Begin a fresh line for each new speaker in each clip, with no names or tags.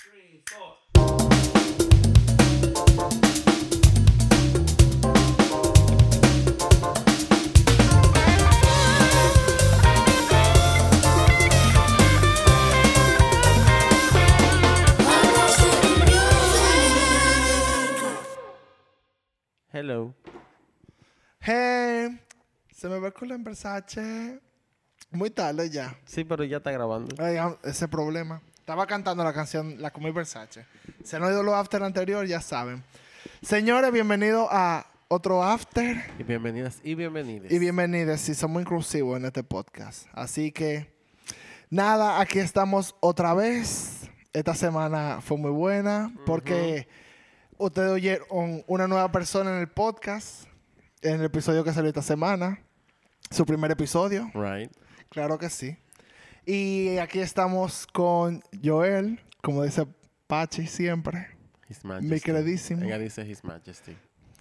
three, four.
Hello.
Hey, se me va con la Versace. Muy tarde ya.
Sí, pero ya está grabando.
Ay, am- ese problema. Estaba cantando la canción La Comí Versace. Se nos dio los after anterior, ya saben. Señores, bienvenidos a otro after.
Y bienvenidas y bienvenidos.
Y bienvenidos, si somos inclusivos en este podcast. Así que, nada, aquí estamos otra vez. Esta semana fue muy buena porque ustedes oyeron una nueva persona en el podcast, en el episodio que salió esta semana, su primer episodio,
Right.
claro que sí. Y aquí estamos con Joel, como dice Pachi siempre.
His Majesty.
Mi queridísimo.
Ella dice His Majesty.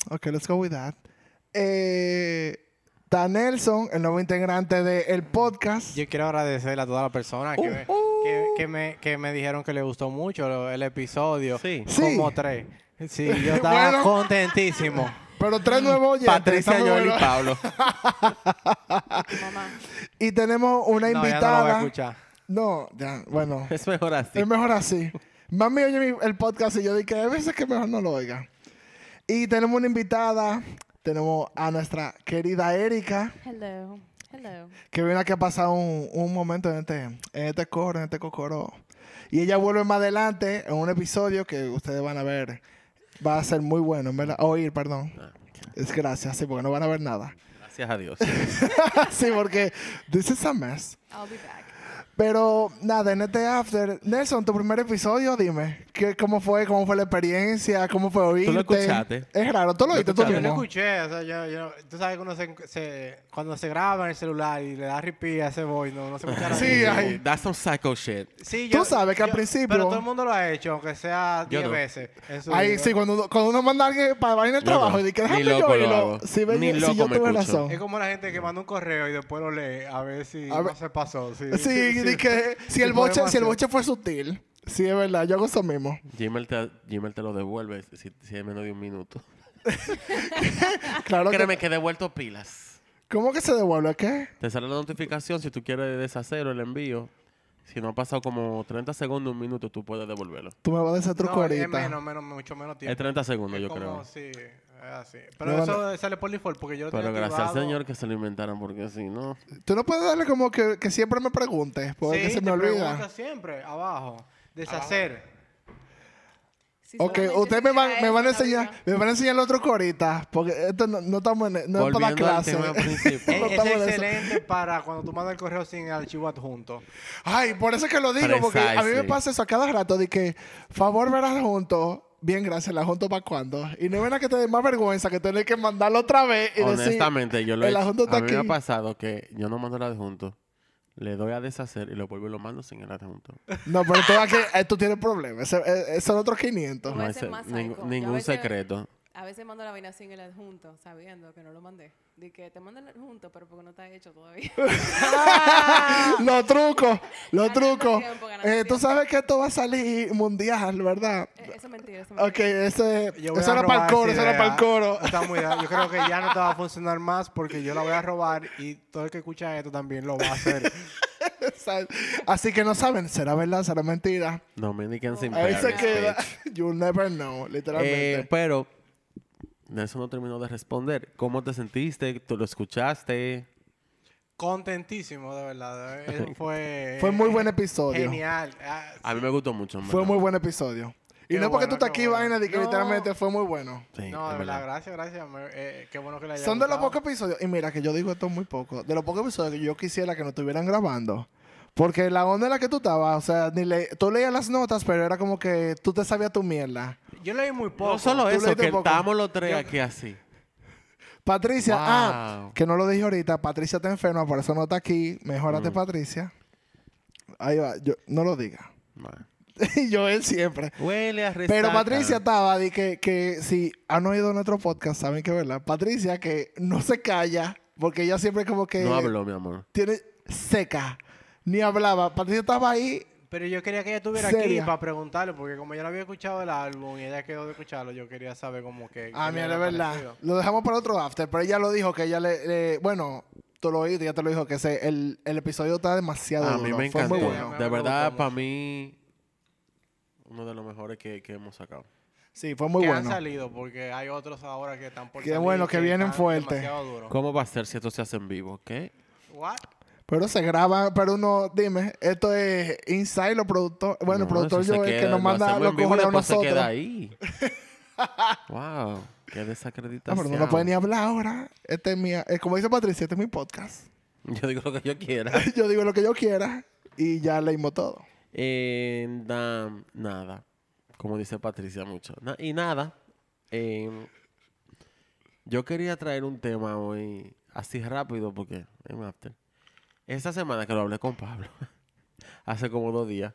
Ok, let's go with that. Eh, está Nelson, el nuevo integrante del podcast.
Yo quiero agradecerle a todas las personas
Uh,
que, me- que- que me, que me dijeron que les gustó mucho lo- el episodio.
Sí.
Sí.
Como tres. Sí, yo estaba
Bueno.
contentísimo.
Pero tres nuevos oyentes.
Patricia,
está muy
Joel y
bueno.
Pablo.
Mamá.
Y tenemos una
No, ya no lo voy a
invitada.
escuchar.
No, ya, bueno.
Es mejor así.
Es mejor así. Mami oye mi- el podcast y yo dije, hay veces que mejor no lo oiga. Y tenemos una invitada. Tenemos a nuestra querida Erika,
Hello. Hello.
que viene aquí a pasar un, un momento en este, en este coro, en este cocoro. Y ella vuelve más adelante en un episodio que ustedes van a ver. Va a ser muy bueno, en ¿verdad? Oír, perdón.
Ah, ok.
Es gracias, sí, porque no van a ver nada.
Gracias a Dios.
sí, porque this is a mess.
I'll be back.
Pero nada, en este after, Nelson, tu primer episodio, dime, ¿qué, ¿cómo fue? ¿Cómo fue la experiencia? ¿Cómo fue oírte?
escuchaste?
Es raro, tú
¿Lo
lo oíste tú
Yo lo
mismo.
escuché. O sea, yo, yo- tú sabes que uno se, se- cuando se graba en el celular y le da repeat a ese voice, no, no se escucha nada.
Sí, ay.
That's some psycho shit.
Sí,
Tú sabes que al principio-
Pero todo el mundo lo ha hecho, aunque sea
Yo
10
no.
veces. en su
Ahí
vida.
sí, cuando uno, cuando uno manda a alguien para vaina el
Yo
trabajo
no.
y dice,
Ni
déjame
loco
yo
lo
oírlo.
hago.
Si, ve-
Ni
si
loco
yo
me
tuve
escucho.
razón.
Es como la gente que manda un correo y después lo lee a ver si
A ver-
no se pasó. Sí,
Sí, di que si, el
podemos
boche, si el
hacer.
boche fue sutil. Sí, es verdad, yo hago eso mismo.
Gmail te, Gmail te lo devuelve si, si es menos de un minuto.
Claro
Ah, Créeme
que,
que he devuelto pilas.
¿Cómo que se devuelve? ¿Qué?
Te sale la notificación si tú quieres deshacer el envío. Si no ha pasado como 30 segundos, un minuto, tú puedes devolverlo.
Tú me vas a dar ese truco
No,
ahorita.
Es menos, menos, mucho menos tiempo.
Es 30 segundos,
Es
yo
como,
creo.
Sí, es así. Pero
No,
eso sale por default porque yo lo
Pero
tenía
gracias al
activado.
Señor que se lo inventaron, porque si no...
Tú no puedes darle como que, que siempre me preguntes, porque
sí,
se me
te
olvida.
pregunta siempre, abajo. Deshacer.
Si
Ok,
solamente
ustedes
se
me van,
queda
me
eso,
van a
no
enseñar,
habla.
me van a enseñar el otro corita, porque esto no, no estamos en, no es para la
Volviendo al
clase.
tema
Es,
principal.
es
estamos en eso.
excelente para cuando tú mandas el correo sin el archivo adjunto.
Ay, por eso es que lo digo, porque a mí me
Precisely.
pasa eso a cada rato, de que, favor, verás juntos. Bien, gracias, la junto para cuando. Y no es verdad que te dé más vergüenza que tener que mandarlo otra vez y
Honestamente, yo lo he
el
hecho.
adjunto está
A mí me ha
aquí.
pasado que yo no mando el adjunto, le doy a deshacer y lo vuelvo y lo mando sin el adjunto.
decir. No, pero tú, aquí, eh, tú tienes problemas. Ese- eh, eh, Son otros 500.
No hay
veces
se-
más
ning-
psycho. Yo a
ningún
veces-
secreto.
A veces mando la vaina sin el adjunto, sabiendo que no lo mandé. Di que te mandan el adjunto, pero porque no está hecho todavía.
los trucos, los
Ganando
trucos.
Ah. tiempo, ganando
Eh, tú
tiempo.
sabes que esto va a salir mundial, ¿verdad?
Eh, eso es mentira, eso es
Ok,
mentira.
ese, eso
voy a
era para
robar
el coro,
esa
eso era
idea.
para el coro.
Está muy- yo creo que ya no te va a funcionar más porque yo la voy a robar y todo el que escucha esto también lo va a hacer.
Exacto. Así que no saben, será verdad, será mentira.
Dominican sin
Ahí se
Paris,
queda.
bitch.
You never know, literalmente.
Eh, pero Nelson no terminó de responder. ¿Cómo te sentiste? ¿Tú lo escuchaste?
Contentísimo, de verdad. de verdad. Fue,
Fue muy buen episodio.
Genial. Ah,
A mí me gustó mucho. en
Fue
verdad.
muy buen episodio. Y
Qué
no es porque tú
bueno,
estás
qué
aquí,
bueno.
vaina, de que
No.
literalmente fue muy bueno.
Sí,
no, de
en
verdad, gracias, gracias. me- eh, qué bueno que la haya
Son de los
gustado.
pocos episodios, y mira que yo digo esto muy poco, de los pocos episodios que yo quisiera que no estuvieran grabando. Porque la onda en la que tú estabas, o sea, ni le- tú leías las notas, pero era como que tú te sabías tu mierda.
Yo leí muy poco.
No solo
Tú
eso,
leíste
que
poco.
estábamos los tres aquí así.
Patricia,
Wow.
ah, que no lo dije ahorita, Patricia está enferma, por eso no está aquí. Mejórate,
Mm.
Patricia. Ahí va, yo, no lo diga.
Bueno.
yo él siempre.
Huele a
Pero
resaca.
Patricia estaba de que, que si han oído nuestro podcast, saben que es verdad. Patricia que no se calla, porque ella siempre como que
No habló, mi amor.
tiene seca, ni hablaba. Patricia estaba ahí
Pero yo quería que ella estuviera aquí
Seria.
para preguntarle, porque como yo no había escuchado el álbum y ella quedó de escucharlo, yo quería saber como que...
Ah,
qué le
mira,
había
es verdad.
parecido.
Lo dejamos para otro after, pero ella lo dijo que ella le. le- bueno, tú lo oíste, ya te lo dijo, que ese, el, el episodio está demasiado
A
duro.
mí me
Fue
encantó.
muy bueno.
De
Me
verdad,
gustó
para mí, uno de los mejores que, que hemos sacado.
Sí, fue muy
que
bueno.
han salido, porque hay otros ahora que están por
Qué bueno, que vienen
están
fuerte.
demasiado duros.
¿Cómo va a ser si esto se hace en vivo? ¿Qué?
What?
Pero se graba, pero uno, dime, esto es Inside, los productores. Bueno,
No,
el productor
eso se
yo el que
queda,
nos
lo
manda
hacemos
los
en vivo y
cojones a
después se
nosotros.
queda
Ah,
ahí. wow, qué desacreditación.
pero no puede ni hablar ahora. Este es mi, eh, como dice Patricia, este es mi podcast.
Yo digo lo que yo quiera.
yo digo lo que yo quiera y ya leímos todo.
Eh, na- nada. Como dice Patricia mucho. Na- y nada. eh, yo quería traer un tema hoy así rápido porque es un after. Esta semana que lo hablé con Pablo, hace como dos días.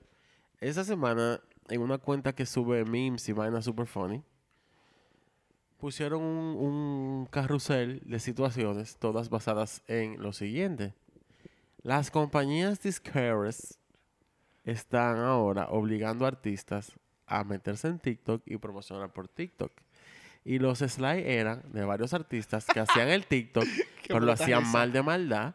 Esa semana, en una cuenta que sube memes y vaina super funny, pusieron un, un carrusel de situaciones, todas basadas en lo siguiente. Las compañías disqueras están ahora obligando a artistas a meterse en TikTok y promocionar por TikTok. Y los slides eran de varios artistas que hacían el TikTok, pero lo
brutal
hacían
eso.
mal de maldad.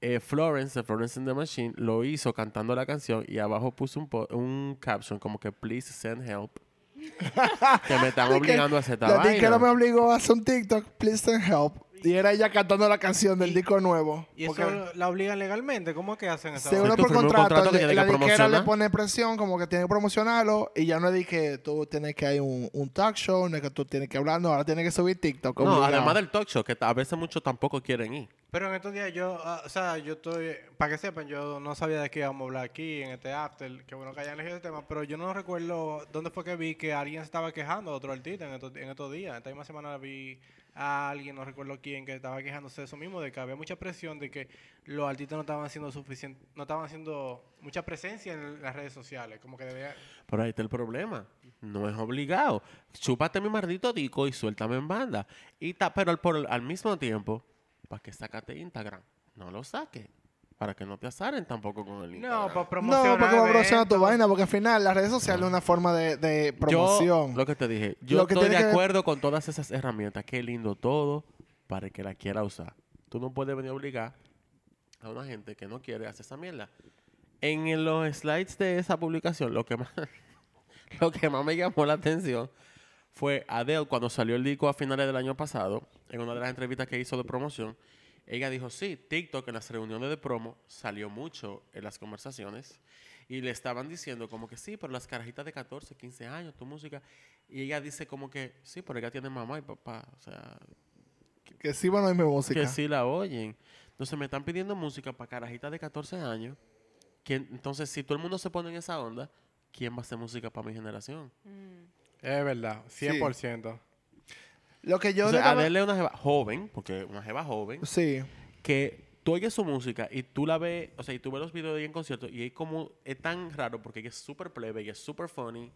Eh, Florence, de Florence and the Machine, lo hizo cantando la canción y abajo puso un, po- un caption como que please send help. que me están
Así que
obligando a hacer esta
La disquera
vaina.
me obligó a hacer un TikTok, please send help. Y era ella cantando la canción del
Y-
disco nuevo.
¿Y
Porque
eso la obligan legalmente? ¿Cómo es que hacen esa
seguro
Sí, tú
por
firmas un
contrato,
contrato que tiene
la
que
disquera le
promocionar.
pone presión, como que tiene que promocionarlo. Y ya no es de que tú tienes que hay un, un talk show, no es que tú tienes que hablar, no, ahora tienes que subir TikTok.
No,
obligado.
además del talk show, que a veces muchos tampoco quieren ir.
Pero en estos días yo, ah, o sea, yo estoy, para que sepan, yo no sabía de qué íbamos a hablar aquí en este after, que bueno que hayan elegido el tema, pero yo no recuerdo dónde fue que vi que alguien se estaba quejando de otro artista en estos, en estos días. Esta misma semana vi a alguien, no recuerdo quién, que estaba quejándose de eso mismo, de que había mucha presión, de que los artistas no estaban haciendo suficiente, no estaban haciendo mucha presencia en las redes sociales, como que debería...
Pero ahí está el problema. No es obligado. Chúpate mi maldito disco y suéltame en banda. Y ta- pero al, por- al mismo tiempo, ¿para qué sacaste Instagram? No lo saques. Para que no te azaren tampoco con el Instagram.
No, para promocionar
No, porque va a promocionar tu
eventos.
vaina, porque al final las redes sociales es una forma de, de promoción.
Yo, lo que te dije, yo
Lo que
estoy de
tiene que-
acuerdo con todas esas herramientas. Qué lindo todo para el que la quiera usar. Tú no puedes venir a obligar a una gente que no quiere hacer esa mierda. En los slides de esa publicación, lo que más, lo que más me llamó la atención fue Adele cuando salió el disco a finales del año pasado, en una de las entrevistas que hizo de promoción. Ella dijo, sí, TikTok en las reuniones de promo salió mucho en las conversaciones y le estaban diciendo como que sí, pero las carajitas de 14, 15 años, tu música. Y ella dice como que sí, pero ella tiene mamá y papá, o sea,
que sí, bueno, es mi música.
que sí la oyen. Entonces me están pidiendo música para carajitas de 14 años. que entonces, si todo el mundo se pone en esa onda, ¿quién va a hacer música para mi generación?
Mm.
Es verdad, 100%.
Lo que yo Pues
O sea,
le daba-
Adele es una jeva joven, porque una jeva joven,
Sí.
que tú oyes su música y tú la ves, o sea, y tú ves los videos de ella en concierto y es como, es tan raro porque ella es súper plebe y es súper funny,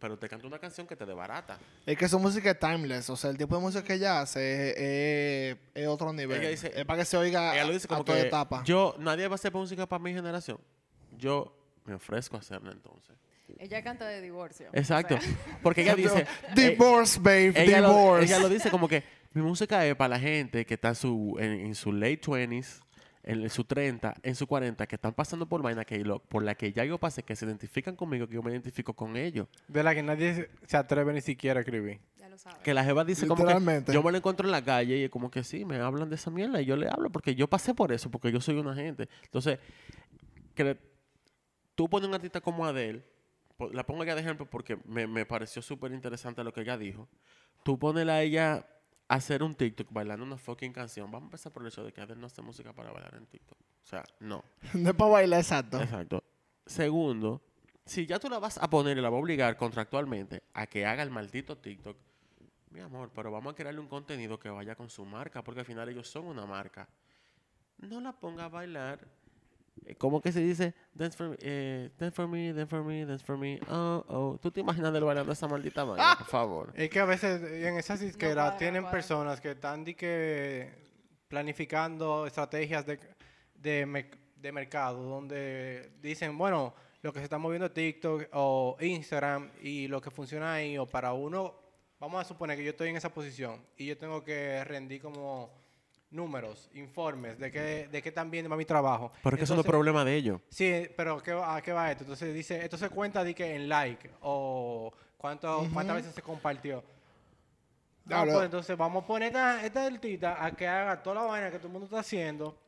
pero te canta una canción que te desbarata.
Es que su música es timeless, o sea, el tipo de música que ella hace es, es- es otro nivel.
Ella dice-
es para que se oiga
Ella lo dice
a
como
toda
que
etapa.
yo, nadie va a hacer música para mi generación. Yo me ofrezco a hacerla entonces.
Ella canta de divorcio. o
Exacto.
sea,
Porque ella dice... eh,
divorce, babe,
ella, lo,
divorce.
ella lo dice como que mi música es para la gente que está en su, en, en su late 20s, en su 30, en su 40, que están pasando por vaina que lo- por la que ya yo pasé, que se identifican conmigo, que yo me identifico con ellos.
De la que nadie se- se atreve ni siquiera a escribir.
ya lo sabes.
Que la jeva dice como que
Literalmente.
yo me la encuentro en la calle y es como que sí, me hablan de esa mierda y yo le hablo porque yo pasé por eso, porque yo soy una gente. Entonces, que le- tú pones un artista como Adele, po- la pongo ya de ejemplo porque me, me pareció súper interesante lo que ella dijo. Tú pones a ella a hacer un TikTok bailando una fucking canción. Vamos a empezar por el hecho de que Adele no hace música para bailar en TikTok. O sea, no.
No es para bailar, exacto.
Exacto. Segundo, si ya tú la vas a poner y la vas a obligar contractualmente a que haga el maldito TikTok, mi amor, pero vamos a crearle un contenido que vaya con su marca, porque al final ellos son una marca. No la ponga a bailar. eh, Como que se dice, dance for, me, eh, dance for me, dance for me, dance for me, oh, oh. ¿Tú te imaginas del bailando esa maldita vaina? Por favor.
Es que a veces eh, en esas disqueras
cuadra,
tienen
cuadra.
personas que están de que planificando estrategias de, de, mec- de mercado donde dicen, bueno, lo que se está moviendo es TikTok o Instagram y lo que funciona ahí o para uno, vamos a suponer que yo estoy en esa posición y yo tengo que rendir como números, informes de qué, de qué tan bien va mi trabajo.
Pero es que eso no es
Entonces,
problema de ellos.
Sí, pero ¿qué, va- ¿a qué va esto? Entonces dice, esto se cuenta de que en like o cuánto, cuántas veces se compartió. Ah,
Habla-
pues, entonces vamos a poner esta, esta deltita a que haga toda la vaina que todo el mundo está haciendo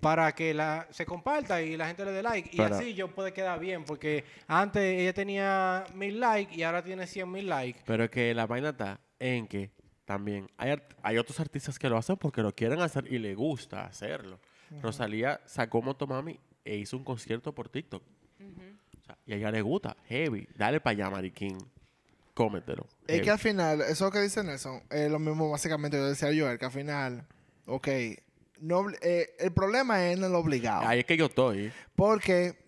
para que la, se comparta y la gente le dé like. Y
Para-
así yo puedo quedar bien, porque antes ella tenía mil likes y ahora tiene cien mil likes.
Pero es que la vaina está en que también hay, art- hay otros artistas que lo hacen porque lo quieren hacer y le gusta hacerlo. Rosalía sacó Motomami e hizo un concierto por TikTok. O sea, y a ella le gusta. Heavy. Dale para allá, Mariquín. Cómetelo.
Es
heavy.
que al final, eso que dice Nelson, es lo mismo básicamente que yo decía yo, que al final, ok, no, obli- eh, el problema es en el obligado.
Ahí es que yo estoy.
Porque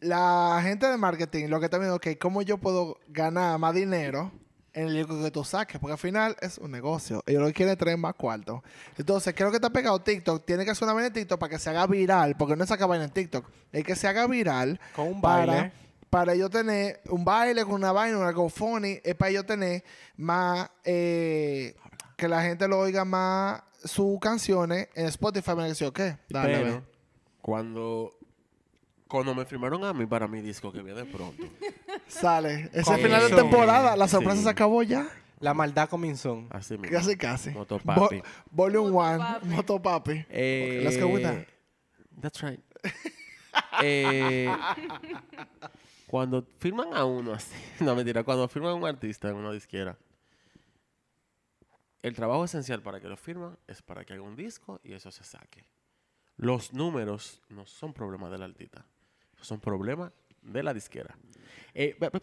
la gente de marketing lo que está viendo, ok, ¿cómo yo puedo ganar más dinero en el disco que tú saques? Porque al final es un negocio. Ellos lo que quieren es traer más cuarto. Entonces, creo que está pegado TikTok. Tiene que hacer una vaina en TikTok para que se haga viral. Porque no se acaba en TikTok. El que se haga viral
Con un
para,
baile.
para yo tener un baile con una vaina, una GoFundMe, es para yo tener más, eh, que la gente lo oiga más sus canciones en Spotify, me decía, ¿qué? Dale,
pero
ve.
cuando, cuando me firmaron a mí para mi disco que viene pronto.
Sale. Es el
Comenzó.
final de temporada. La sorpresa
Sí.
se acabó ya.
La maldad comenzó.
Ah,
Así mismo.
Casi, casi.
Motopapi.
Vo- volume 1.
Motopapi.
Motopapi.
Eh,
Las que gustan.
That's right. Eh, cuando firman a uno así, no mentira, cuando firman a un artista en una disquera, el trabajo esencial para que lo firman es para que haga un disco y eso se saque. Los números no son problema del artista, son problema de la disquera. Eh, pe- pe-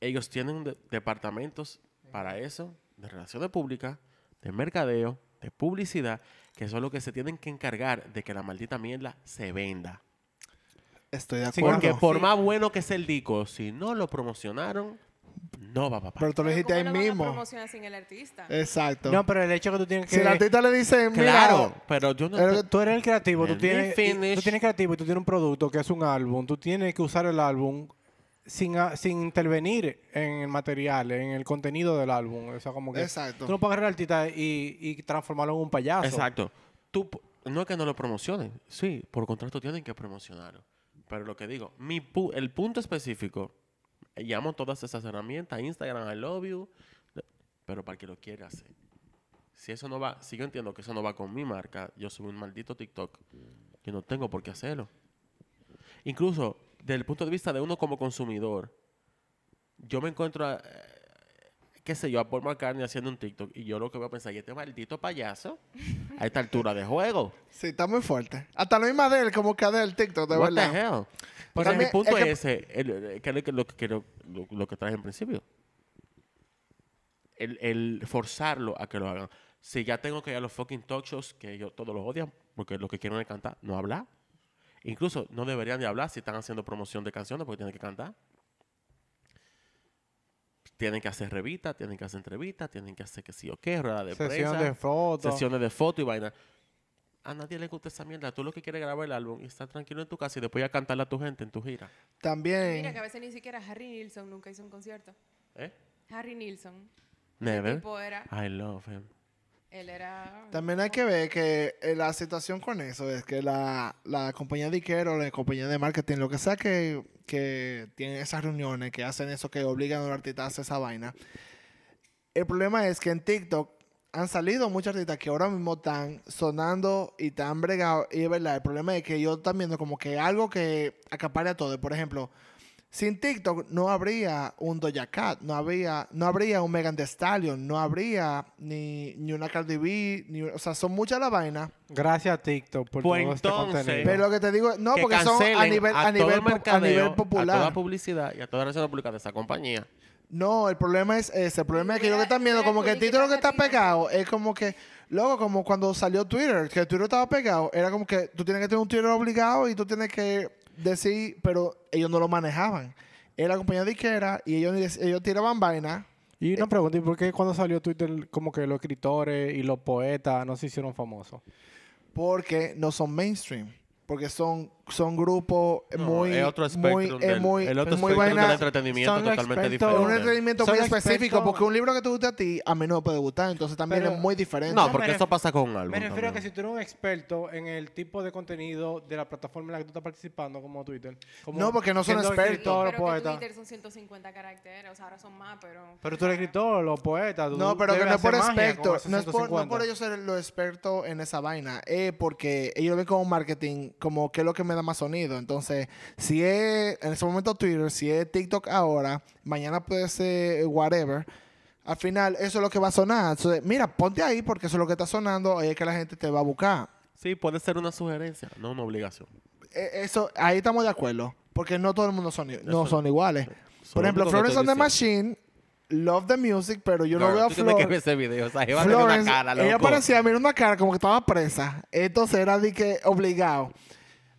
ellos tienen de- departamentos para eso, de relaciones públicas, de mercadeo, de publicidad, que son los que se tienen que encargar de que la maldita mierda se venda.
Estoy de
Sí,
acuerdo.
Porque
Claro.
por más bueno que sea el disco, si no lo promocionaron, no va papá.
Pero tú lo
Pero
dijiste
¿cómo
ahí
lo van a
mismo. Eh.
promocionar sin el artista.
Exacto.
No, pero el hecho que tú tienes que...
si el artista le dice, mira,
Claro, pero yo no...
Pero-
Tú eres el creativo,
Let
tú
me
tienes, y-
finish.
tú tienes creativo y tú tienes un producto que es un álbum. Tú tienes que usar el álbum sin, a- sin intervenir en el material, en el contenido del álbum. O sea, como que
Exacto.
tú no puedes agarrar al artista y, y transformarlo en un payaso.
Exacto. Tú, p- no es que no lo promocionen. Sí, por contrato tienen que promocionarlo. Pero lo que digo, mi pu- el punto específico, eh, llamo todas esas herramientas, Instagram, I love you, de- pero para que lo quiera hacer. Si eso no va, si yo entiendo que eso no va con mi marca, yo soy un maldito TikTok, yo no tengo por qué hacerlo. Incluso, desde el punto de vista de uno como consumidor, yo me encuentro a, eh, qué sé yo, a Paul McCartney haciendo un TikTok y yo lo que voy a pensar, y este maldito payaso a esta altura de juego.
sí, está muy fuerte. Hasta lo mismo Adele, como que Adele, TikTok, de
What the
verdad.
hell? Pero
También
mi punto
es que-
es ese, el- el- que es lo que- lo, que- lo- lo- lo que traje en principio. El, el forzarlo a que lo hagan. Si ya tengo que ir a los fucking talk shows, que ellos todos los odian, porque lo que quieren es cantar, no hablar. Incluso no deberían de hablar si están haciendo promoción de canciones porque tienen que cantar. Tienen que hacer revistas, tienen que hacer entrevistas, tienen que hacer que sí o qué, rueda de
Sesión
prensa
de fotos.
sesiones de foto y vaina. A nadie le gusta esa mierda. Tú lo que quieres es grabar el álbum y estar tranquilo en tu casa y después ya cantarle a tu gente en tu gira.
Mira que a
También.
veces ni siquiera Harry Nilsson nunca hizo un concierto.
¿Eh?
Harry Nilsson.
Never.
Tipo era,
I love him.
él era...
También hay que ver que eh, la situación con eso es que la, la compañía de Ikero, la compañía de marketing, lo que sea que, que tienen esas reuniones, que hacen eso, que obligan a los artistas a hacer esa vaina, El problema es que en TikTok han salido muchos artistas que ahora mismo están sonando y están bregados. Y es verdad, el problema es que ellos están viendo como que algo que acapare a todo. Por ejemplo, sin TikTok no habría un Doja Cat, no, había, no habría un Megan Thee Stallion, no habría ni, ni una Cardi B, ni, o sea, son muchas las vainas.
Gracias a TikTok por
Pues
todo este
entonces-
contenido.
Pero lo que te digo, es- no,
Que
porque son a
cancelen
nivel, a
todo
nivel,
el
po- a
mercadeo,
nivel
A toda
popular.
publicidad y a toda la relación pública de esa compañía.
No, el problema es ese. El problema es que yo que están viendo,
Mira,
como que el
mira,
título que está
mira.
pegado es como que, luego, como cuando salió Twitter, que Twitter estaba pegado, era como que tú tienes que tener un Twitter obligado y tú tienes que decir, pero ellos no lo manejaban. Era la compañía disquera y ellos, ni dec- ellos tiraban vaina.
Y una pregunta, ¿y por qué cuando salió Twitter como que los escritores y los poetas no se hicieron famosos?
porque no son mainstream. Porque son, son grupos
No,
muy.
es otro
muy,
espectro
es
del,
muy,
el otro
muy
espectro
vaina-
del entretenimiento
son
totalmente
expertos-
Es un
diferente.
entretenimiento
Son
muy específico.
expertos-
Porque un libro que te guste a ti, a mí no me puede gustar. Entonces también
Pero-
es muy diferente.
No,
me
porque
ref-
eso pasa con un álbum.
Me refiero a que si
también.
tú eres un experto en el tipo de contenido de la plataforma en la que tú estás participando, como Twitter. como
No, porque no son
siendo
expertos.
escritor o
pero que
poeta.
Twitter son 150 caracteres, o sea, ahora son más, pero...
Pero tú eres escritor o poeta. tú
No, pero que
debes
no es por
hacer magia
experto.
con
No es por, no es
650.
por ellos ser los expertos en esa vaina. Es porque ellos lo ven como marketing, como qué es lo que me da más sonido. Entonces, si es en ese momento Twitter, si es TikTok ahora, mañana puede ser eh, whatever. Al final, eso es lo que va a sonar. Entonces, mira, ponte ahí porque eso es lo que está sonando y es que la gente te va a buscar.
Sí, puede ser una sugerencia, no una obligación.
E- Eso, ahí estamos de acuerdo. Porque no todo el mundo son, i- no
Eso-
son iguales.
Eso
Por
es lo
ejemplo,
único que
Florence
estoy
and the
diciendo.
Machine, love the music, pero yo no,
Girl,
veo a
tú tienes que
Flor.
ver ese video. O sea, Eva tiene una
Florence,
cara, loco.
ella parecía, mira una cara como que estaba presa. Entonces era de que obligado.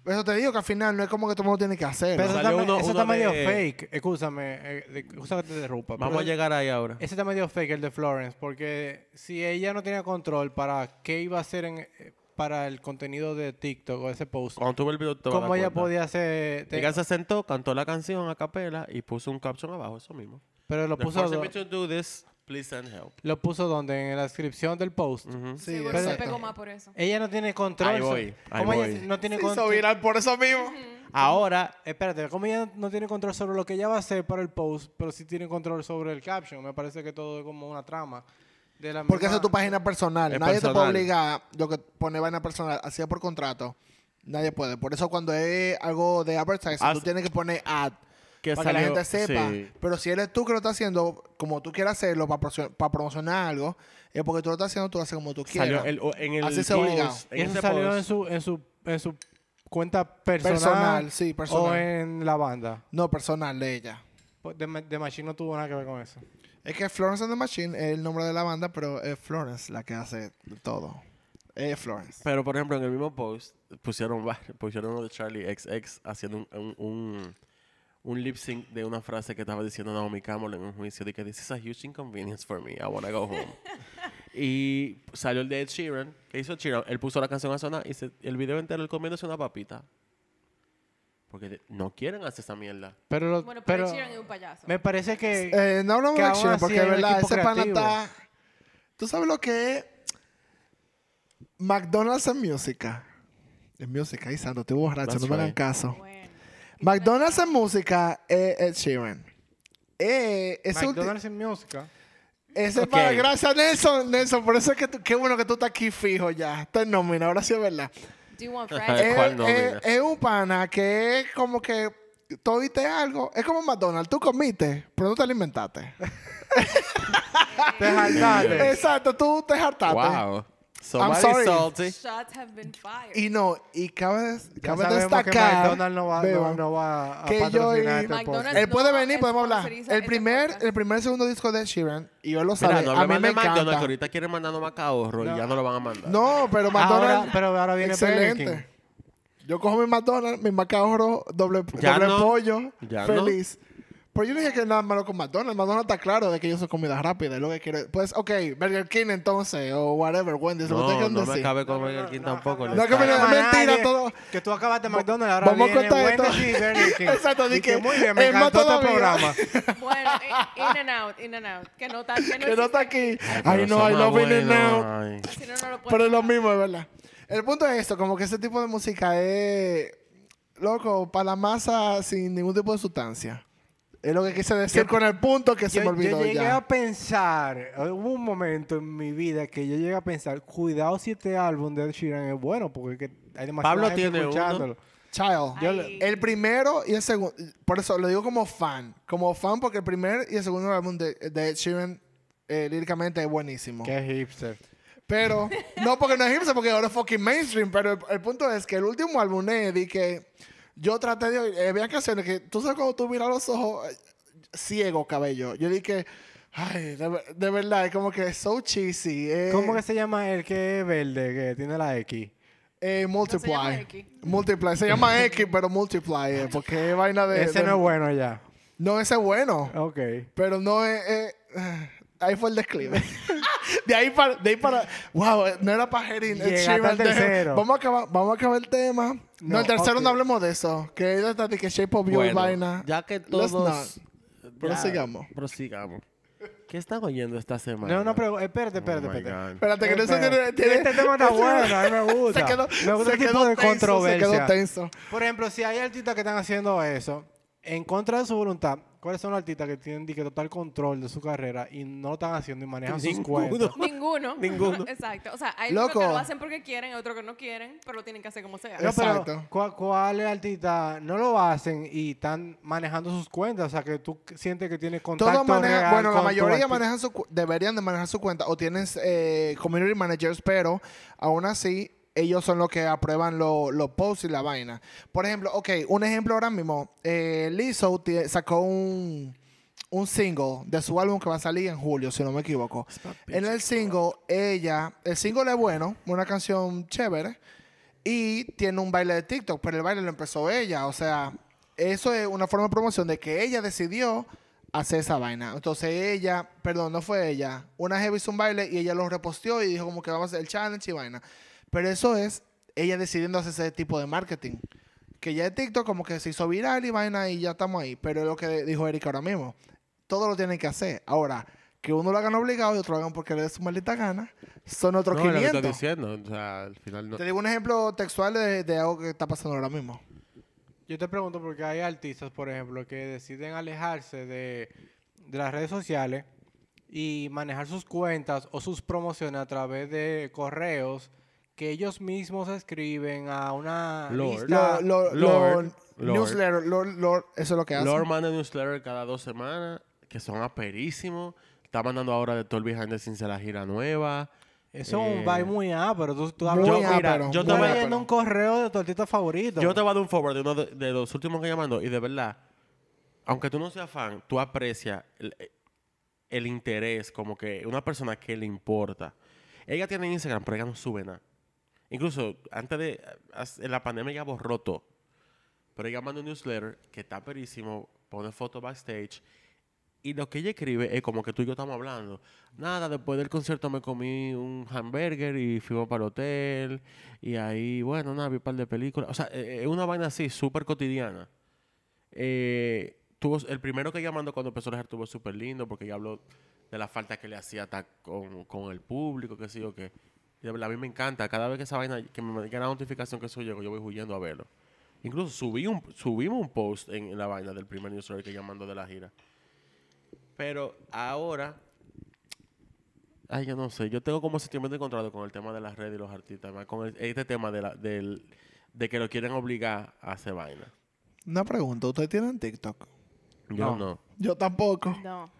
Eso te digo que al final no es como que todo el mundo tiene que hacer.
Pero eso
Salió
está, me-
uno-
eso
uno
está medio
de-
fake. Escúchame, eh, de- excusa que te interrumpa.
Vamos a
pero
llegar ahí ahora.
Ese está medio fake, el de Florence, porque si ella no tenía control para qué iba a hacer en, eh, para el contenido de TikTok o ese post,
Cuando tú ves el video, te vas a
¿cómo
dar
ella
cuenta.
podía hacer...? te-
Ella se sentó, cantó la canción a capela y puso un caption abajo, eso mismo.
pero lo
The
puso,
forcing
do-
me to do this, please send help.
lo puso donde, en la descripción del post.
Sí,
Seguro
pero-
se pegó más por eso.
Ella no tiene control.
Ahí
so-
voy, ahí
¿Cómo
voy.
ella no tiene
Se hizo
control?
viral por eso mismo.
Ahora,
Espérate, ¿cómo ella no tiene control sobre lo que ella va a hacer para el post, pero sí tiene control sobre el caption? Me parece que todo es como una trama. De la
Porque esa
misma-
es tu página personal.
Es
Nadie te puede
personal.
obligar lo que pone vaina personal, así es por contrato. Nadie puede. Por eso cuando es algo de advertising,
Haz-
tú tienes que poner ad.
que
para que la
salió-
gente sepa.
sí.
Pero si eres tú que lo estás haciendo como tú quieras hacerlo para, promocionar algo, es porque tú lo estás haciendo, tú lo haces como tú quieras.
Salió el- o- en el
Así se
post,
obligado.
en
eso
ese
salió
post,
en su, en su, en su cuenta personal,
Personal, sí, personal.
o en la banda.
No, personal de ella.
Pues, De, Ma- de Machine no tuvo nada que ver con eso.
Es que Florence and the Machine es el nombre de la banda, pero es Florence la que hace todo. Es Florence.
Pero, por ejemplo, en el mismo post pusieron, var- pusieron uno de Charlie XX haciendo un, un, un, un lip sync de una frase que estaba diciendo Naomi Campbell en un juicio de que this is a huge inconvenience for me. I wanna go home. y salió el de Ed Sheeran. que hizo Ed Sheeran? Él puso la canción a sonar y se- el video entero él comiéndose una papita. Porque de- no quieren hacer esa mierda.
Pero, lo-
Bueno, pero,
pero
Ed Sheeran es un payaso.
me parece que...
Eh, no hablamos
Que
de
aún
Sheeran
así
porque
hay
es
un
verdad,
equipo
ese pana
creativo.
está. ¿Tú sabes lo que es? McDonald's en música. En música, ahí santo, estoy borracho,
That's
no me hagan
right.
caso.
Bueno.
McDonald's en música es Ed Sheeran. Eh, ese, ulti-
McDonald's en música.
ese
Ok.
para, gracias Nelson, Nelson, por eso es que tú- qué bueno que tú estás aquí fijo ya. Estás en nómina, ahora sí es verdad.
Do you want
Ajá.
fries?
es,
¿Cuál no,
es-
mira?
Eh, es un pana que es como que tú oíste algo. Es como McDonald's. Tú comiste, pero no te alimentaste.
Te jaltaste.
Exacto, tú te hartaste.
Wow.
I'm
Somebody
sorry.
salty.
Shots have been fired.
Y no, y cabe, des-
Ya
cabe
sabemos que
destacar.
McDonald's no va,
Beba,
no, no va a
que yo
patrocinar
y-
este
McDonald's
podcast.
él puede
no
venir, podemos hablar.
sponsoriza
El
este
primer,
podcast.
el primer segundo disco de Ed Sheeran, y yo lo
Mira,
sabe,
no
a mí
hablemos
me
de McDonald's, que
encanta.
ahorita quieren mandarnos más ahorro y ya no lo van a mandar.
No, pero
Ahora-
McDonald's.
pero ahora viene Burger King.
excelente. Yo cojo mi McDonald's, mi macabro doble,
Ya
doble
no.
pollo,
Ya
feliz. Pero yo no dije que nada malo con McDonald's. McDonald's está claro de que ellos son comida rápida. es lo que quiere. Pues, ok, Burger King entonces, o whatever, Wendy's, lo que ustedes
No,
quieran
no me
decir.
acabé con Burger King tampoco.
no,
les
que me
pago.
lo- mentira, todo.
Que tú acabaste McDonald's, ahora
Vamos a
viene
contar esto.
Wendy's y Burger King.
Exacto, di
Y
que
muy bien, me
es más
encantó este
todavía.
programa.
Bueno, i- in and out, in and out. Que no está, que no,
Que no está
existe.
aquí.
Pero
Ay, no, I
son
love it
abuelos,
now.
ay.
Si no, no lo puedo
Pero es lo mismo, es verdad. El punto es esto, como que ese tipo de música es loco para la masa sin ningún tipo de sustancia. Es lo que quise decir
Yo-
con el punto que se
yo,
me
yo
olvidó
llegué
ya.
a pensar, hubo un momento en mi vida que yo llegué a pensar, cuidado si este álbum de Ed Sheeran es bueno, porque es que hay demasiada
Pablo
gente
tiene uno.
escuchándolo.
Child.
Yo le-
el primero y el segundo, por eso lo digo como fan, como fan porque el primer y el segundo álbum de, de Ed Sheeran eh, líricamente es buenísimo.
Qué hipster.
Pero, no porque no es hipster, porque ahora es fucking mainstream. Pero el, el punto es que el último álbum es de que yo traté de. oír- eh, había canciones que tú sabes cuando tú miras los ojos eh, ciego, cabello. Yo dije, ay, de, ver- de verdad, es como que so cheesy. eh,
¿Cómo que se llama el que es verde, que tiene la X?
eh, multiply.
No se llama X.
multiply. Se llama X, pero multiply, eh, porque es vaina de.
Ese
de-
no es bueno ya.
No, ese es bueno.
Ok.
Pero no es. eh, Ahí fue el desclive. de ahí para, de ahí para. Wow, no era para Herin.
Llegaste al tercero.
Vamos a acabar, vamos a acabar el tema. No,
No,
el tercero
ok.
no hablemos de eso. Que es de que Shape of You y
Bueno,
vaina.
ya que
Let's
todos...
not. Prosigamos.
Ya, prosigamos. ¿Qué están oyendo esta
No,
semana?
no,
eh,
pero espérate, espérate,
Oh my
espérate.
God.
Espérate, que no se tiene.
Espera.
tiene-
Este tema está bueno, a mí me gusta.
Se quedó,
me gusta
este
se
el tipo
quedó
de
tenso,
controversia.
Se quedó tenso.
Por ejemplo, si hay artistas que están haciendo eso, en contra de su voluntad, ¿cuáles son los artistas que tienen dique, total control de su carrera y no lo están haciendo y manejan sus
Ninguno.
cuentas?
Ninguno.
Ninguno.
Exacto. O sea, hay
Loco.
unos que lo hacen porque quieren, otros que no quieren, pero lo tienen que hacer como sea.
No, pero
Exacto.
¿cuá- ¿cuáles artistas no lo hacen y están manejando sus cuentas? O sea, que tú c- sientes que tienes contacto
Todos manejan,
real
bueno, la
con tu
mayoría
arti-
manejan su, cu- deberían de manejar su cuenta o tienen eh, community managers, pero aún así ellos son los que aprueban lo- los posts y la vaina. Por ejemplo, ok, un ejemplo ahora mismo, eh, Lizzo ti- sacó un, un single de su álbum que va a salir en julio, si no me equivoco. En el single, ella, el single es bueno, una canción chévere, y tiene un baile de TikTok, pero el baile lo empezó ella. O sea, eso es una forma de promoción de que ella decidió hacer esa vaina. Entonces ella, perdón, no fue ella, una jefe hizo un baile y ella lo reposteó y dijo como que vamos a hacer el challenge y vaina. Pero eso es ella decidiendo hacer ese tipo de marketing. Que ya el TikTok como que se hizo viral y vaina y ya estamos ahí. Pero es lo que dijo Erika ahora mismo. Todo lo tienen que hacer. Ahora, que uno lo hagan obligado y otro lo hagan porque le dé su maldita gana, son otros
No, es lo que
500.
estoy diciendo. O sea, al final no...
Te digo un ejemplo textual de, de algo que está pasando ahora mismo.
Yo te pregunto porque hay artistas, por ejemplo, que deciden alejarse de, de las redes sociales y manejar sus cuentas o sus promociones a través de correos que ellos mismos escriben a una
Lord.
lista.
Lo,
Lord,
lo, lo-
Lord.
newsletter, Lord, Lord, eso es lo que hace.
Lord manda newsletter cada dos semanas, que son aperísimos. Está mandando ahora de todo el behind the scenes de la gira nueva.
Eso es
Eh,
un vibe muy A, pero tú, tú
Muy
hablas
Yo,
ápero,
mira, yo
muy
tú estás
también-
ápero.
leyendo un correo de tu artista favorito.
Yo te voy a dar un favor de uno de, de los últimos que llamando y de verdad, aunque tú no seas fan, tú aprecias el, eh, el interés, como que una persona que le importa. Ella tiene Instagram, pero ella no sube nada. Incluso antes de as- en la pandemia ella borró todo. Pero ella manda un newsletter que está perísimo, pone fotos backstage. Y lo que ella escribe es como que tú y yo estamos hablando. Nada, después del concierto me comí un hamburger y fuimos para el hotel. Y ahí, bueno, nada, vi un par de películas. O sea, eh, eh, es una vaina así, súper cotidiana. Eh, tuvo, el primero que ella mandó cuando empezó a dejar estuvo súper lindo porque ella habló de la falta que le hacía estar con, con el público, qué sé yo qué. Y de verdad, a mí me encanta. Cada vez que esa vaina, que me llega la notificación que eso llegó, yo voy huyendo a verlo. Incluso subí un, subimos un post en, en la vaina del primer newsletter que ella mandó de la gira. Pero ahora, ay, yo no sé, yo tengo como sentimiento encontrado con el tema de las redes y los artistas, más con el- este tema de, la, del, de que lo quieren obligar a hacer vaina.
Una pregunta, ¿ustedes tienen TikTok?
Yo no.
No.
Yo tampoco.
No.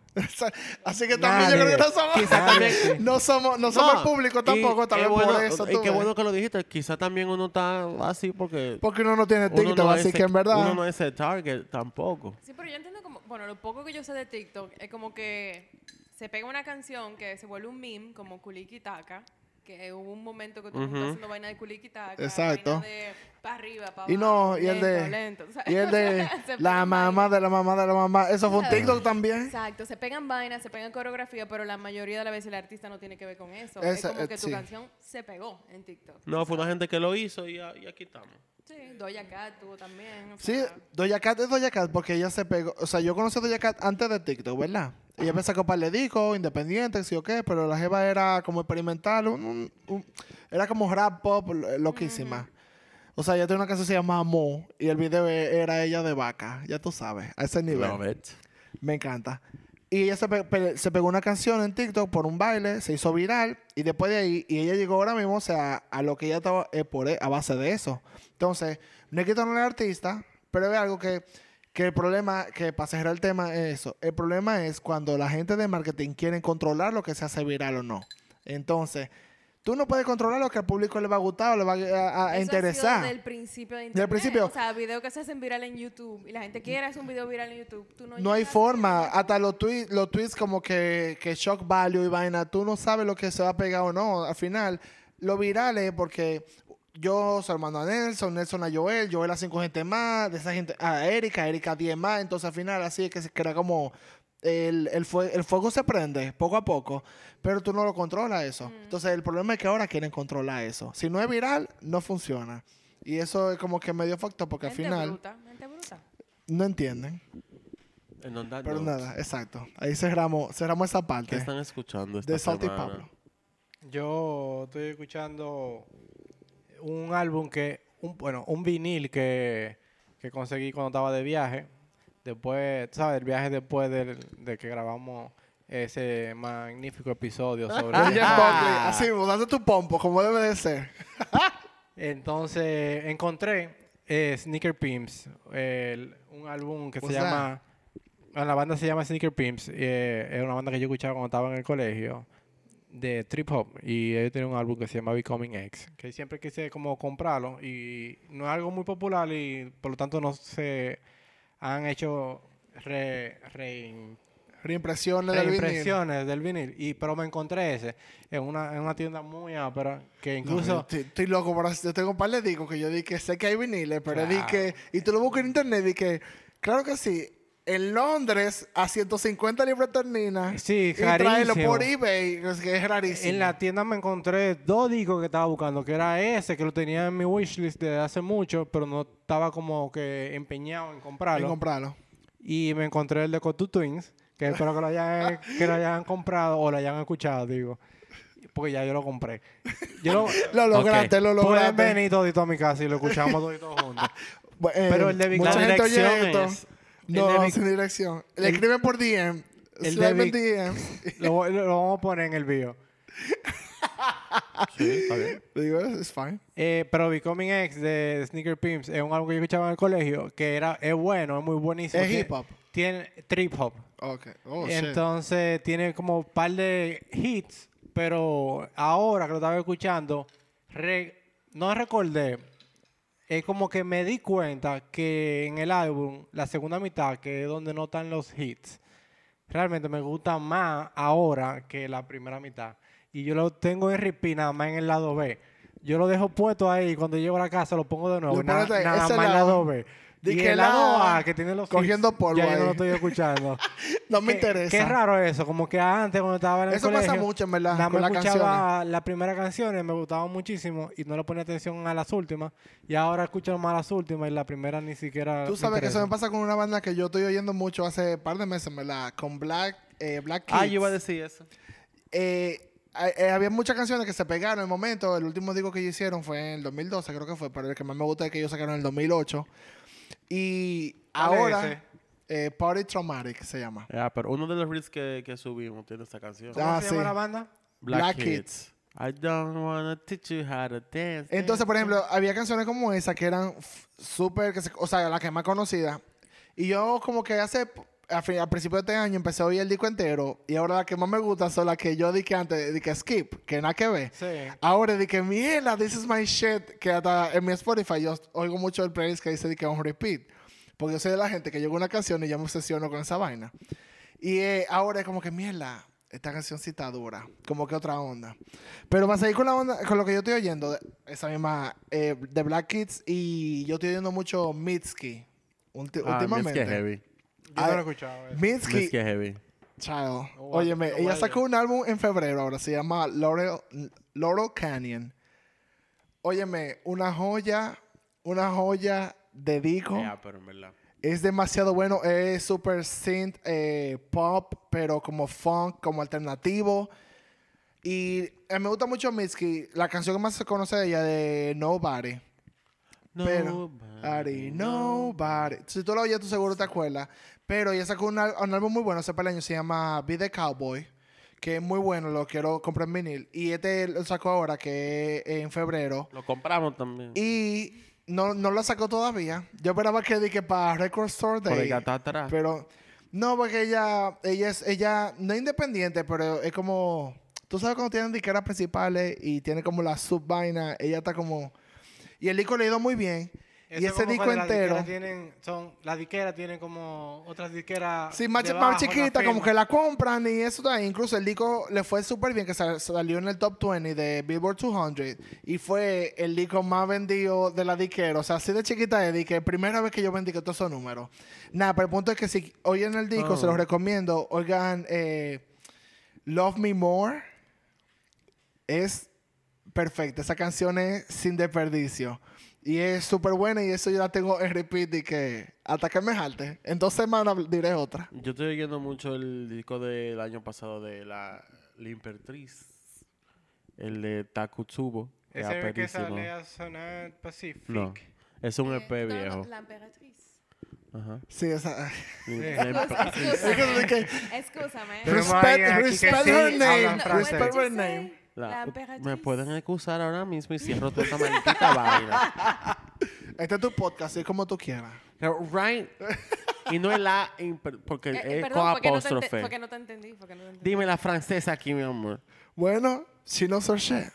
Así que también yo
Nadie.
creo que no somos,
Quizá también-
no somos, no somos el público tampoco,
y
tal
qué
vez
bueno-
por eso.
Y
tú
qué
ves.
bueno que lo dijiste, quizá también uno está así porque...
Porque uno no tiene
uno
TikTok,
no
así
es
que
el-
en verdad.
Uno no es el target tampoco.
Sí, pero yo entiendo como, bueno, lo poco que yo sé de TikTok es como que se pega una canción que se vuelve un meme, como Kuliki Taka, que hubo un momento que tú
Ujú.
estás haciendo vaina de Kuliki Taka,
Exacto.
vaina de para arriba, para
y no, y el
lento,
de.
lento, o sea,
Y el de.
se
La
pegan
mamá de la mamá de la mamá. Eso fue un
Claro.
TikTok también.
Exacto, se pegan vainas, se pegan coreografía, pero la mayoría de las veces el artista no tiene que ver con eso.
Esa-
es como
eh,
que tu
sí.
canción se pegó en TikTok.
No, fue una gente que lo hizo y, a- y aquí estamos.
Sí, Doja Cat tuvo también. o
Sí, ah,
sea,
Doja Cat es Doja Cat porque ella se pegó. O sea, yo conocí a Doja Cat antes de TikTok, ¿verdad? Ella me sacó par de discos, independiente, sí o qué, pero la jeva era como experimental, un- un- un- era como rap pop lo- loquísima. O sea, ella tiene una canción que se llama Mo y el video e- era ella de vaca, ya tú sabes, a ese nivel.
Love it.
Me encanta. Y ella se, pe- pe- se pegó una canción en TikTok por un baile, se hizo viral y después de ahí, y ella llegó ahora mismo, o sea, a lo que ella estaba eh, por, e- a base de eso. Entonces, no hay que tornar al artista, pero es algo que, que el problema, que para cerrar el tema es eso, el problema es cuando la gente de marketing quieren controlar lo que se hace viral o no. Entonces, tú no puedes controlar lo que al público le va a gustar o le va a, a- a
Eso ha sido
interesar.
Desde el principio de internet.
principio.
O sea, videos que se hacen viral en YouTube. Y la gente quiere hacer un video viral en YouTube. Tú no,
No hay
llegas a-
forma. Hasta los tweets, los tweets como que, que shock value y vaina. Tú no sabes lo que se va a pegar o no. Al final, lo viral es porque yo se lo mando a Nelson, Nelson a Joel, Joel a cinco gente más, de esa gente a Erika, Erika a 10 más. Entonces al final así es que se crea como el, el fue- el fuego se prende poco a poco, pero tú no lo controlas eso.
Mm.
Entonces, el problema es que ahora quieren controlar eso. Si no es viral, no funciona. Y eso es como que medio factor porque al
Gente
final
bruta, gente bruta.
no entienden.
En donde
Pero nada, exacto. Ahí cerramos, cerramos esa
¿Qué
parte
están escuchando esta
de Salty
semana?
Pablo.
Yo estoy escuchando un álbum que, un, bueno, un vinil que, que conseguí cuando estaba de viaje. Después, tú ¿sabes? El viaje después del- de que grabamos ese magnífico episodio sobre... Ah.
Oye, Buckley, así, dando tu pompo, como debe de ser.
Entonces encontré eh, Sneaker Pimps, el- un álbum que se
What's that?
llama. bueno, la banda se llama Sneaker Pimps. eh, es una banda que yo escuchaba cuando estaba en el colegio de trip hop y ellos tienen un álbum que se llama Becoming X que siempre quise como comprarlo y no es algo muy popular y por lo tanto no se han hecho re, rein-
Reimpresiones del vinil.
reimpresiones del vinil y pero me encontré ese en una, en una tienda muy ápera que
No,
incluso
yo estoy, estoy loco, por hacer- yo tengo un par de discos que yo di que sé que hay viniles, pero di
Claro.
que, y tú lo buscas en internet, di que, claro que sí, en Londres a 150 libras terminas
Sí,
y traerlo
carísimo.
por eBay, es que es rarísimo.
En la tienda me encontré dos discos que estaba buscando, que era ese, que lo tenía en mi wishlist desde hace mucho, pero no estaba como que empeñado en
Y
comprarlo.
comprarlo.
Y me encontré el de Cotu Twins, que espero que lo, hayan, que lo hayan comprado o lo hayan escuchado, digo. Porque ya yo lo compré. Yo lo,
Lo lograste, lo
pueden
lograste.
venir todito a mi casa y lo escuchamos todito juntos.
Bu- eh,
Pero el de Vic-
mucha
la
gente oye
dirección
esto.
es-
el
No,
de Vic-
sin dirección. Le
el-
escriben por DM.
el
slide
de
en
Vic-
DM.
Lo, voy- lo vamos a poner en el video.
Sí, está bien.
Digo, it's fine.
Eh, pero Becoming X de Sneaker Pimps es un álbum que yo escuchaba en el colegio, que era, es bueno, es muy buenísimo.
Es
Tiene-
hip hop.
Tiene trip hop.
Ok. Oh, shit.
Entonces tiene como un par de hits, pero ahora que lo estaba escuchando, re- no recordé. Es como que me di cuenta que en el álbum, la segunda mitad, que es donde no están los hits, realmente me gusta más ahora que la primera mitad. Y yo lo tengo en repeat nada más en el lado B. Yo lo dejo puesto ahí y cuando llego a la casa lo pongo de nuevo.
Lo
na-
pones ahí,
nada más
ese
el lado
lado.
B.
Di
y
que
el lado
la- ah,
A que tiene los
cogiendo
hits,
polvo
ya yo no
ahí.
lo estoy escuchando.
no me
Qué-
interesa.
Qué raro eso, como que antes cuando estaba en el
Eso
colegio,
pasa mucho, en verdad,
nada más
con las
escuchaba las primeras canciones, me gustaban muchísimo y no le ponía atención a las últimas. Y ahora escucho más las últimas y la primera ni siquiera.
Tú sabes que eso
interesa.
me pasa con una banda que yo estoy oyendo mucho hace par de meses, ¿verdad? Con Black, eh, Black Kids.
Ah, yo iba a decir eso.
Eh, a- eh, había muchas canciones que se pegaron en el momento. El último disco que ellos hicieron fue en el 2012, creo que fue, pero el que más me gusta es que ellos sacaron en el 2008. Y
¿Cuál es
ahora, eh, Party Traumatic se llama.
Ah, pero uno de los reels que, que subimos tiene esta canción.
¿Cómo
Ah,
se llama
sí.
la banda?
Black
I don't wanna teach you how to dance.
Entonces, por ejemplo, había canciones como esa que eran f- súper, que se- o sea, la que más conocida. Y yo como que hace, a, fin- a principio de este año empecé a oír el disco entero y ahora las que más me gustan son las que yo dije antes, dije skip, que nada que ver.
Sí.
Ahora dije, mierda, this is my shit, que hasta en mi Spotify yo oigo mucho el playlist que dice que on repeat. Porque yo soy de la gente que llega una canción y ya me obsesiono con esa vaina. Y eh, ahora es como que, mierda, esta cancioncita dura. Como que otra onda. Pero para seguir con la onda, con lo que yo estoy oyendo, de- esa misma eh, de Black Kids, y yo estoy oyendo mucho Mitski.
Ah,
ulti-
Mitski
últimamente.
es heavy.
Yo
Ah,
no lo he escuchado. eso.
Mitski,
Mitski es heavy.
Child.
No voy a-
Óyeme,
no voy
ella
a
sacó
leer.
un álbum en febrero ahora, se llama Laurel, Laurel Canyon. Óyeme, una joya, una joya de disco.
Ah, pero en verdad.
Es demasiado bueno, es super synth, eh, pop, pero como funk, como alternativo. Y eh, me gusta mucho Mitski, la canción que más se conoce de ella, de Nobody. Pero, Ari, nobody. Si tú lo oyes, tú seguro te acuerdas. Pero ella sacó un, al- un álbum muy bueno hace par de años, se llama Be the Cowboy, que es muy bueno, lo quiero comprar en vinil. Y este lo sacó ahora, que es en febrero.
Lo compramos también.
Y no, no lo sacó todavía. Yo esperaba que di que para Record Store
Por el
Day.
gato atrás.
Pero no, porque ella, ella es, ella no es independiente, pero es como, tú sabes cuando tienen disqueras principales y tiene como la sub vaina, ella está como, y el disco le ha ido muy bien. y ese disco entero.
Tienen, son, las disqueras tienen como otras disqueras.
Sí, más, chi-
debajo,
más
la
chiquita, como
firma.
que la compran y eso también. Incluso el disco le fue súper bien, que sal- salió en el top 20 de Billboard 200 y fue el disco más vendido de la disquera. O sea, así de chiquita es, que primera vez que yo vendí que todos esos números. Nada, pero el punto es que si oyen el disco,
Oh.
se los recomiendo. Oigan, eh, Love Me More es perfecta. Esa canción es sin desperdicio. Y es súper buena y eso yo la tengo en repeat y que hasta que me jalte. En dos semanas diré otra.
Yo estoy oyendo mucho el disco del año pasado de la Limpertriz. El de Takutsubo. que
Ese es el que
aperísimo.
sale a sonar Pacific.
No. Es un EP
Eh, no, no,
viejo.
La emperatriz.
Ajá. E
Sí, esa.
Limpertriz.
Ah, Es que-
Escúchame.
Pero
Respect-
hay alguien aquí que
respect
sí
her
habla
name.
No,
en
what
francés.
did you
Respect her
say?
name.
La-
La
me
emperatriz. Eh,
pueden excusar ahora mismo y cierro toda esta maldita vaina.
Este es tu podcast, es como tú quieras.
Pero, Right. Y no es la. imper- Porque
Eh, eh,
es
perdón,
con
fue que no te ente-
apóstrofe.
fue que no te entendí, fue que no te entendí.
Dime la francesa aquí, mi amor.
Bueno, si no soy chef.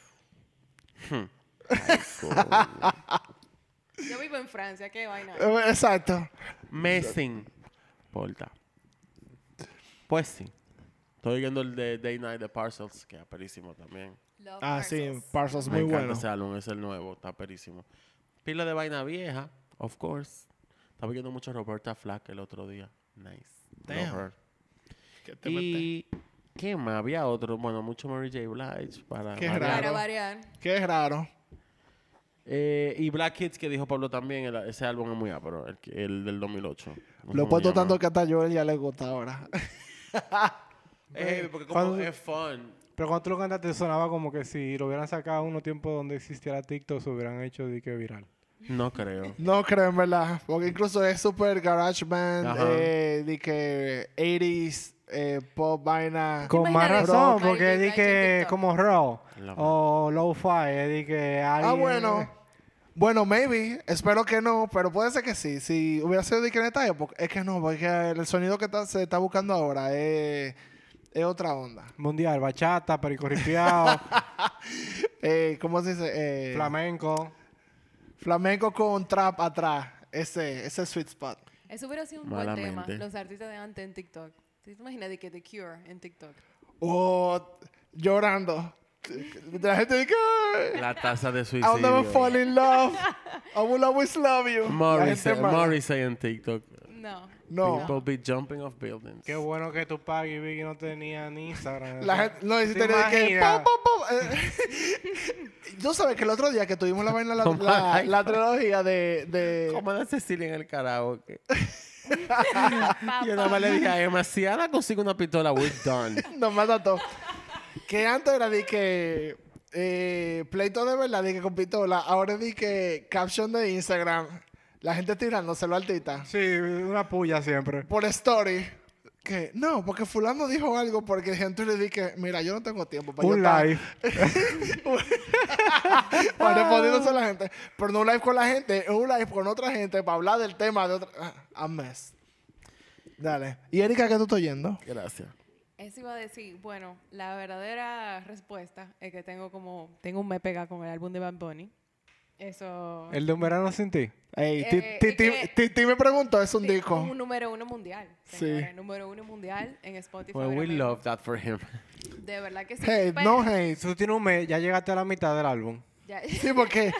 Yo vivo en Francia, qué vaina.
Eh, Exacto.
Messing. Porta. Pues sí. Estoy oyendo el de Day Night de Parcels, que es aperísimo también.
Love
Ah, sí,
parcels.
Parsons,
Me
muy
encanta
bueno.
ese álbum, es el nuevo, está perísimo. Pila de vaina vieja, of course. Estaba oyendo mucho Roberta Flack el otro día. Nice. Love
Damn.
her.
Que te metes.
Y qué más había otro, bueno, mucho Mary J. Blige para
Qué
variar.
Para
Claro.
variar.
Qué raro.
Eh, y Black Kids que dijo Pablo también, el- ese álbum es muy pero el, que- el del 2008. Pues No sé
Lo he
cómo
puesto
se llama.
tanto que hasta a Joel ya le gusta ahora.
Eh, porque como
Cuando-
es fun.
Pero cuando tú lo cantaste sonaba como que si lo hubieran sacado uno tiempo donde existiera TikTok, se hubieran hecho de que viral.
No creo.
No creo, en verdad. Porque incluso es super garage band,
Ajá.
eh, de que 80s, eh, pop vaina.
Co-
Con más
Imagínate,
razón,
rock,
porque
Mary J.
di que
Blige en
como raw
La
o low-fi, di que
Ah,
alguien-
bueno. Bueno, maybe. Espero que no, pero puede ser que sí. Si hubiera sido de que en esta época, es que no, porque el sonido que está- se está buscando ahora es, es otra onda.
Mundial, bachata, perico ripiao,
Eh, ¿Cómo se dice? Eh,
flamenco.
flamenco con trap atrás. Ese, ese sweet spot.
Eso hubiera sido un buen
Malamente.
tema. Los artistas de antes en TikTok. ¿Te imaginas de que The Cure en TikTok?
Oh, llorando. La gente dice, "Ay,
La tasa de suicidio.
I'll never fall in love. I will always love you. La gente
Morrissey,
mala.
Morrissey en TikTok.
No.
No.
People be jumping off buildings.
Qué bueno que Tupac y Biggie no tenían Instagram.
La gente, no,
¿Te
hiciste que.
imaginas?
pa, pa, pa, eh. Yo sabes que el otro día que tuvimos la vaina, la,
Toma,
la-
ay,
la trilogía de. de
¿Cómo da Cecilia en el karaoke?
Pa,
Yo
pa.
nada más le dije a Emma, si Ana consigue una pistola, we're done.
nos mata todo. Que antes era de que. eh, pleito de verdad, de que con pistola. Ahora di que caption de Instagram. La gente tirándoselo al tita.
Sí, una puya siempre.
Por story. Que no, porque Fulano dijo algo. Porque gente le dije, mira, yo no tengo tiempo para yo
Un
estar-
live.
Para respondiéndose a la gente. Pero no un live con la gente, es un live con otra gente para hablar del tema de otra. Ah, a mess. Dale. ¿Y Erika qué tú estás oyendo?
Gracias.
Eso iba a decir, bueno, la verdadera respuesta es que tengo como, tengo un me pega con el álbum de Bad Bunny. Eso.
El de un verano sin ti.
Ey,
Eh,
ti-
eh,
ti-
es
ti-
que-
ti- ti me preguntó, es un
Sí,
disco.
Un número uno mundial.
Sí.
señores, Número uno mundial en Spotify.
Well,
ahora
we
mismo.
love that for him.
De verdad que sí.
Hey,
pero-
no hate.
Si tú tienes un mes, ya llegaste a la mitad del álbum.
Ya-
Sí, porque.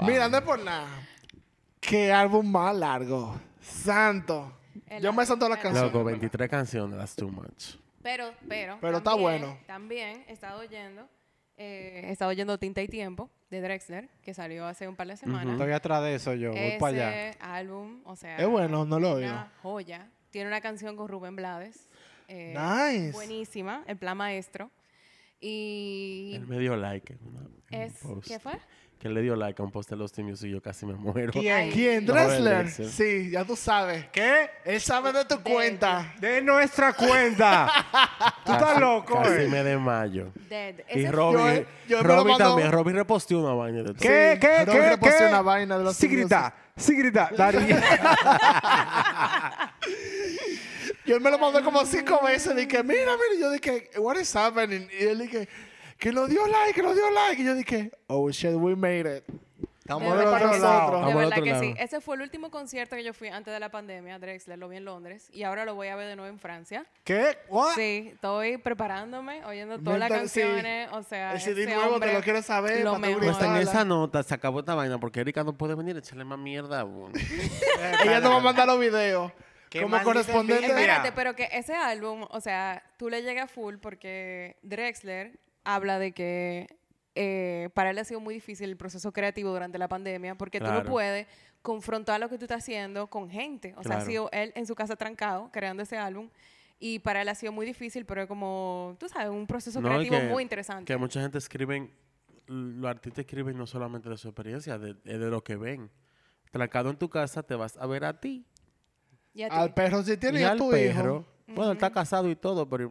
Mira, no es por nada. Qué álbum más largo. Santo.
El
Yo me
álbum,
santo las
el
canciones.
Loco, 23 canciones, that's too much.
Pero, pero.
Pero está bueno.
También he estado oyendo, eh, he estado oyendo Tinta y Tiempo de Drexler, que salió hace un par de semanas.
Estoy atrás de eso yo, voy
Ese
para allá.
álbum, o sea.
Es bueno, no lo oigo.
Una joya. Tiene una canción con Rubén Blades. eh,
Nice.
Buenísima, el plan maestro. Y
Él me dio like. en una- en un
es,
post.
¿qué fue?
Que él le dio like a un post de Los Timios y yo casi me muero.
Ay.
¿Quién?
No,
¿Dressler?
Drexler.
Sí, ya tú sabes.
¿Qué?
Él sabe de tu cuenta.
De nuestra cuenta. tú estás
Casi-
loco,
Casi
eh.
me desmayo.
Dead.
Y
Ese- eh,
Robbie,
yo me lo
Robbie
mando-
también. Robbie reposteó una vaina de todo.
¿Qué?
Sí,
¿Qué?
pero
¿Qué?
que puse
¿Qué?
una vaina de los
sí, grita, sí, grita. Darío.
Yo me lo mandé como cinco veces. Dije, mira, mira. Y yo dije, what is happening? Y él dije, que no dio like, que no dio like. Y yo dije, oh shit, we made it. Estamos
De
del
verdad
otro
que sí,
lado.
De
Estamos del
verdad
otro
que
lado.
sí. Ese fue el último concierto que yo fui antes de la pandemia, Drexler. Lo vi en Londres y ahora lo voy a ver de nuevo en Francia.
¿Qué? ¿What?
Sí, estoy preparándome, oyendo todas las
Mental- sí.
canciones. O sea,
El CD
ese
nuevo
hombre,
te lo quiero saber.
lo
pa' tú
mejor.
Pues en
gritarla.
esa nota se acabó esta vaina porque Erika no puede venir a echarle más mierda a uno.
Ella nos va a mandar los videos.
Qué
Como
maldita
correspondiente.
envidia.
Espérate,
Mira.
pero que ese álbum, o sea, tú le llegas full porque Drexler habla de que eh, para él ha sido muy difícil el proceso creativo durante la pandemia porque tú
Claro.
no puedes confrontar lo que tú estás haciendo con gente. O sea, ha
Claro.
sido él en su casa trancado creando ese álbum y para él ha sido muy difícil, pero es como, tú sabes, un proceso
No, y
creativo
que-
muy interesante.
Que mucha gente escriben, los artistas escriben no solamente de su experiencia, de, es de lo que ven. Trancado en tu casa te vas a ver a ti.
Y a ti.
Al perro si tiene
Y
y a
al
tu
perro.
hijo.
Bueno, él está casado y todo, pero...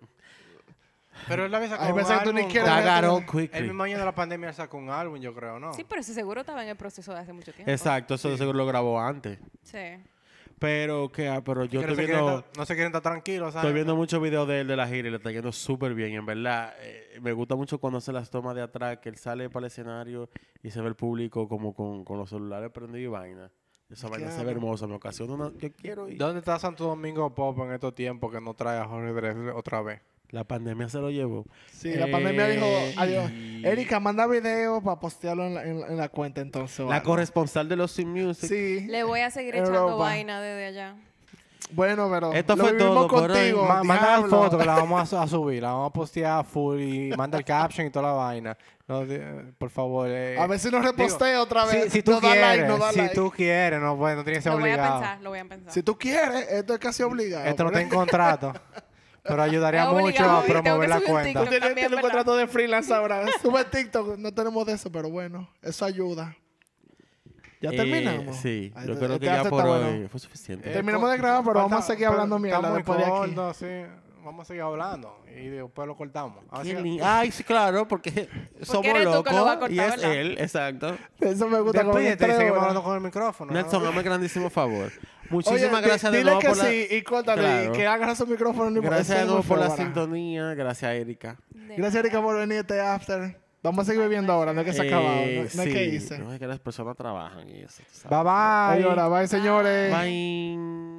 Pero él la había
Hay
sacado un
veces que tú ni
álbum.
quieres
con-
ver.
Tagaro
El
quickly.
mismo año de la pandemia él sacó un álbum, yo creo, ¿no?
Sí, pero ese seguro estaba en el proceso de hace mucho tiempo.
Exacto, eso de seguro lo grabó antes.
Sí.
Pero que, ah, pero yo
Que no,
estoy
se quieren
viendo,
estar- no se quieren estar tranquilos, ¿sabes?
estoy viendo muchos videos de él de la gira y le está yendo súper bien. En verdad, eh, me gusta mucho cuando hace las tomas de atrás, que él sale para el escenario y se ve el público como con, con los celulares prendidos y vaina. Esa vaina se ve
Claro.
hermosa, me ocasiona una... Yo quiero ir.
¿Dónde está Santo Domingo Pop en estos tiempos que no trae a Jorge Drexler otra vez?
La pandemia se lo llevó.
Sí, la pandemia dijo
Eh,
adiós.
y-
Erika, manda videos para postearlo en la, en- en la cuenta entonces.
La
vale.
corresponsal de los Sin Music.
Sí.
Le voy a seguir
Europa.
echando vaina desde allá.
Bueno, pero
Esto
lo
fue
vivimos
todo por hoy.
contigo.
Ma- manda la
diablo.
foto que la vamos a, su- a subir, la vamos a postear full y manda el caption y toda la vaina. No, de- por favor. eh.
A ver si nos repostea otra
Si,
vez.
si tú
no da
quieres,
like, no da
si
like.
tú quieres, no, puede- no tienes que ser
Lo voy a
obligado.
pensar, lo voy a pensar.
Si tú quieres, Mm, esto es casi obligado.
Esto no
pero-
está en contrato, pero ayudaría
Es
mucho
obligado,
a
y tengo que
promover la
subir un
cuenta.
Tú tienes,
también,
tienes un
¿verdad?
contrato de freelance ahora. Sube TikTok. No tenemos de eso, pero bueno, eso ayuda. Ya
Eh,
terminamos.
Sí,
Ay,
yo
te-
creo
este
que ya
hace
por
está
hoy
bueno.
fue suficiente.
Eh, Terminamos de grabar, pero vamos a seguir hablando
mi
mierda después de aquí.
Vamos a seguir hablando y después lo cortamos.
Ah,
Ahora
Qué
sí-
li- Ay, sí, claro, porque somos
eres tú
locos
que lo va a cortar,
y es
¿verdad?
él, exacto.
Eso me gusta. como
Despídete y
tres
seguimos
horas.
hablando con el micrófono. ¿no?
Nelson, hazme el grandísimo favor.
Oye,
Muchísimas
di-
gracias de
dile
nuevo
que
por la...
sí y córtale.
Claro.
Y que agarra su micrófono. ni- eso
Gracias de
es
nuevo
muy
por la
feo, baraja.
sintonía. Gracias, Erika.
De
Gracias,
nada.
Erika, por venir a este after. Vamos a seguir bebiendo ahora, no es que se ha
Eh,
acabado. No, no es que
sí,
hice.
No es que las personas trabajan y eso. tú sabes.
Bye
Ay,
bye.
ahora, bye, señores.
Bye.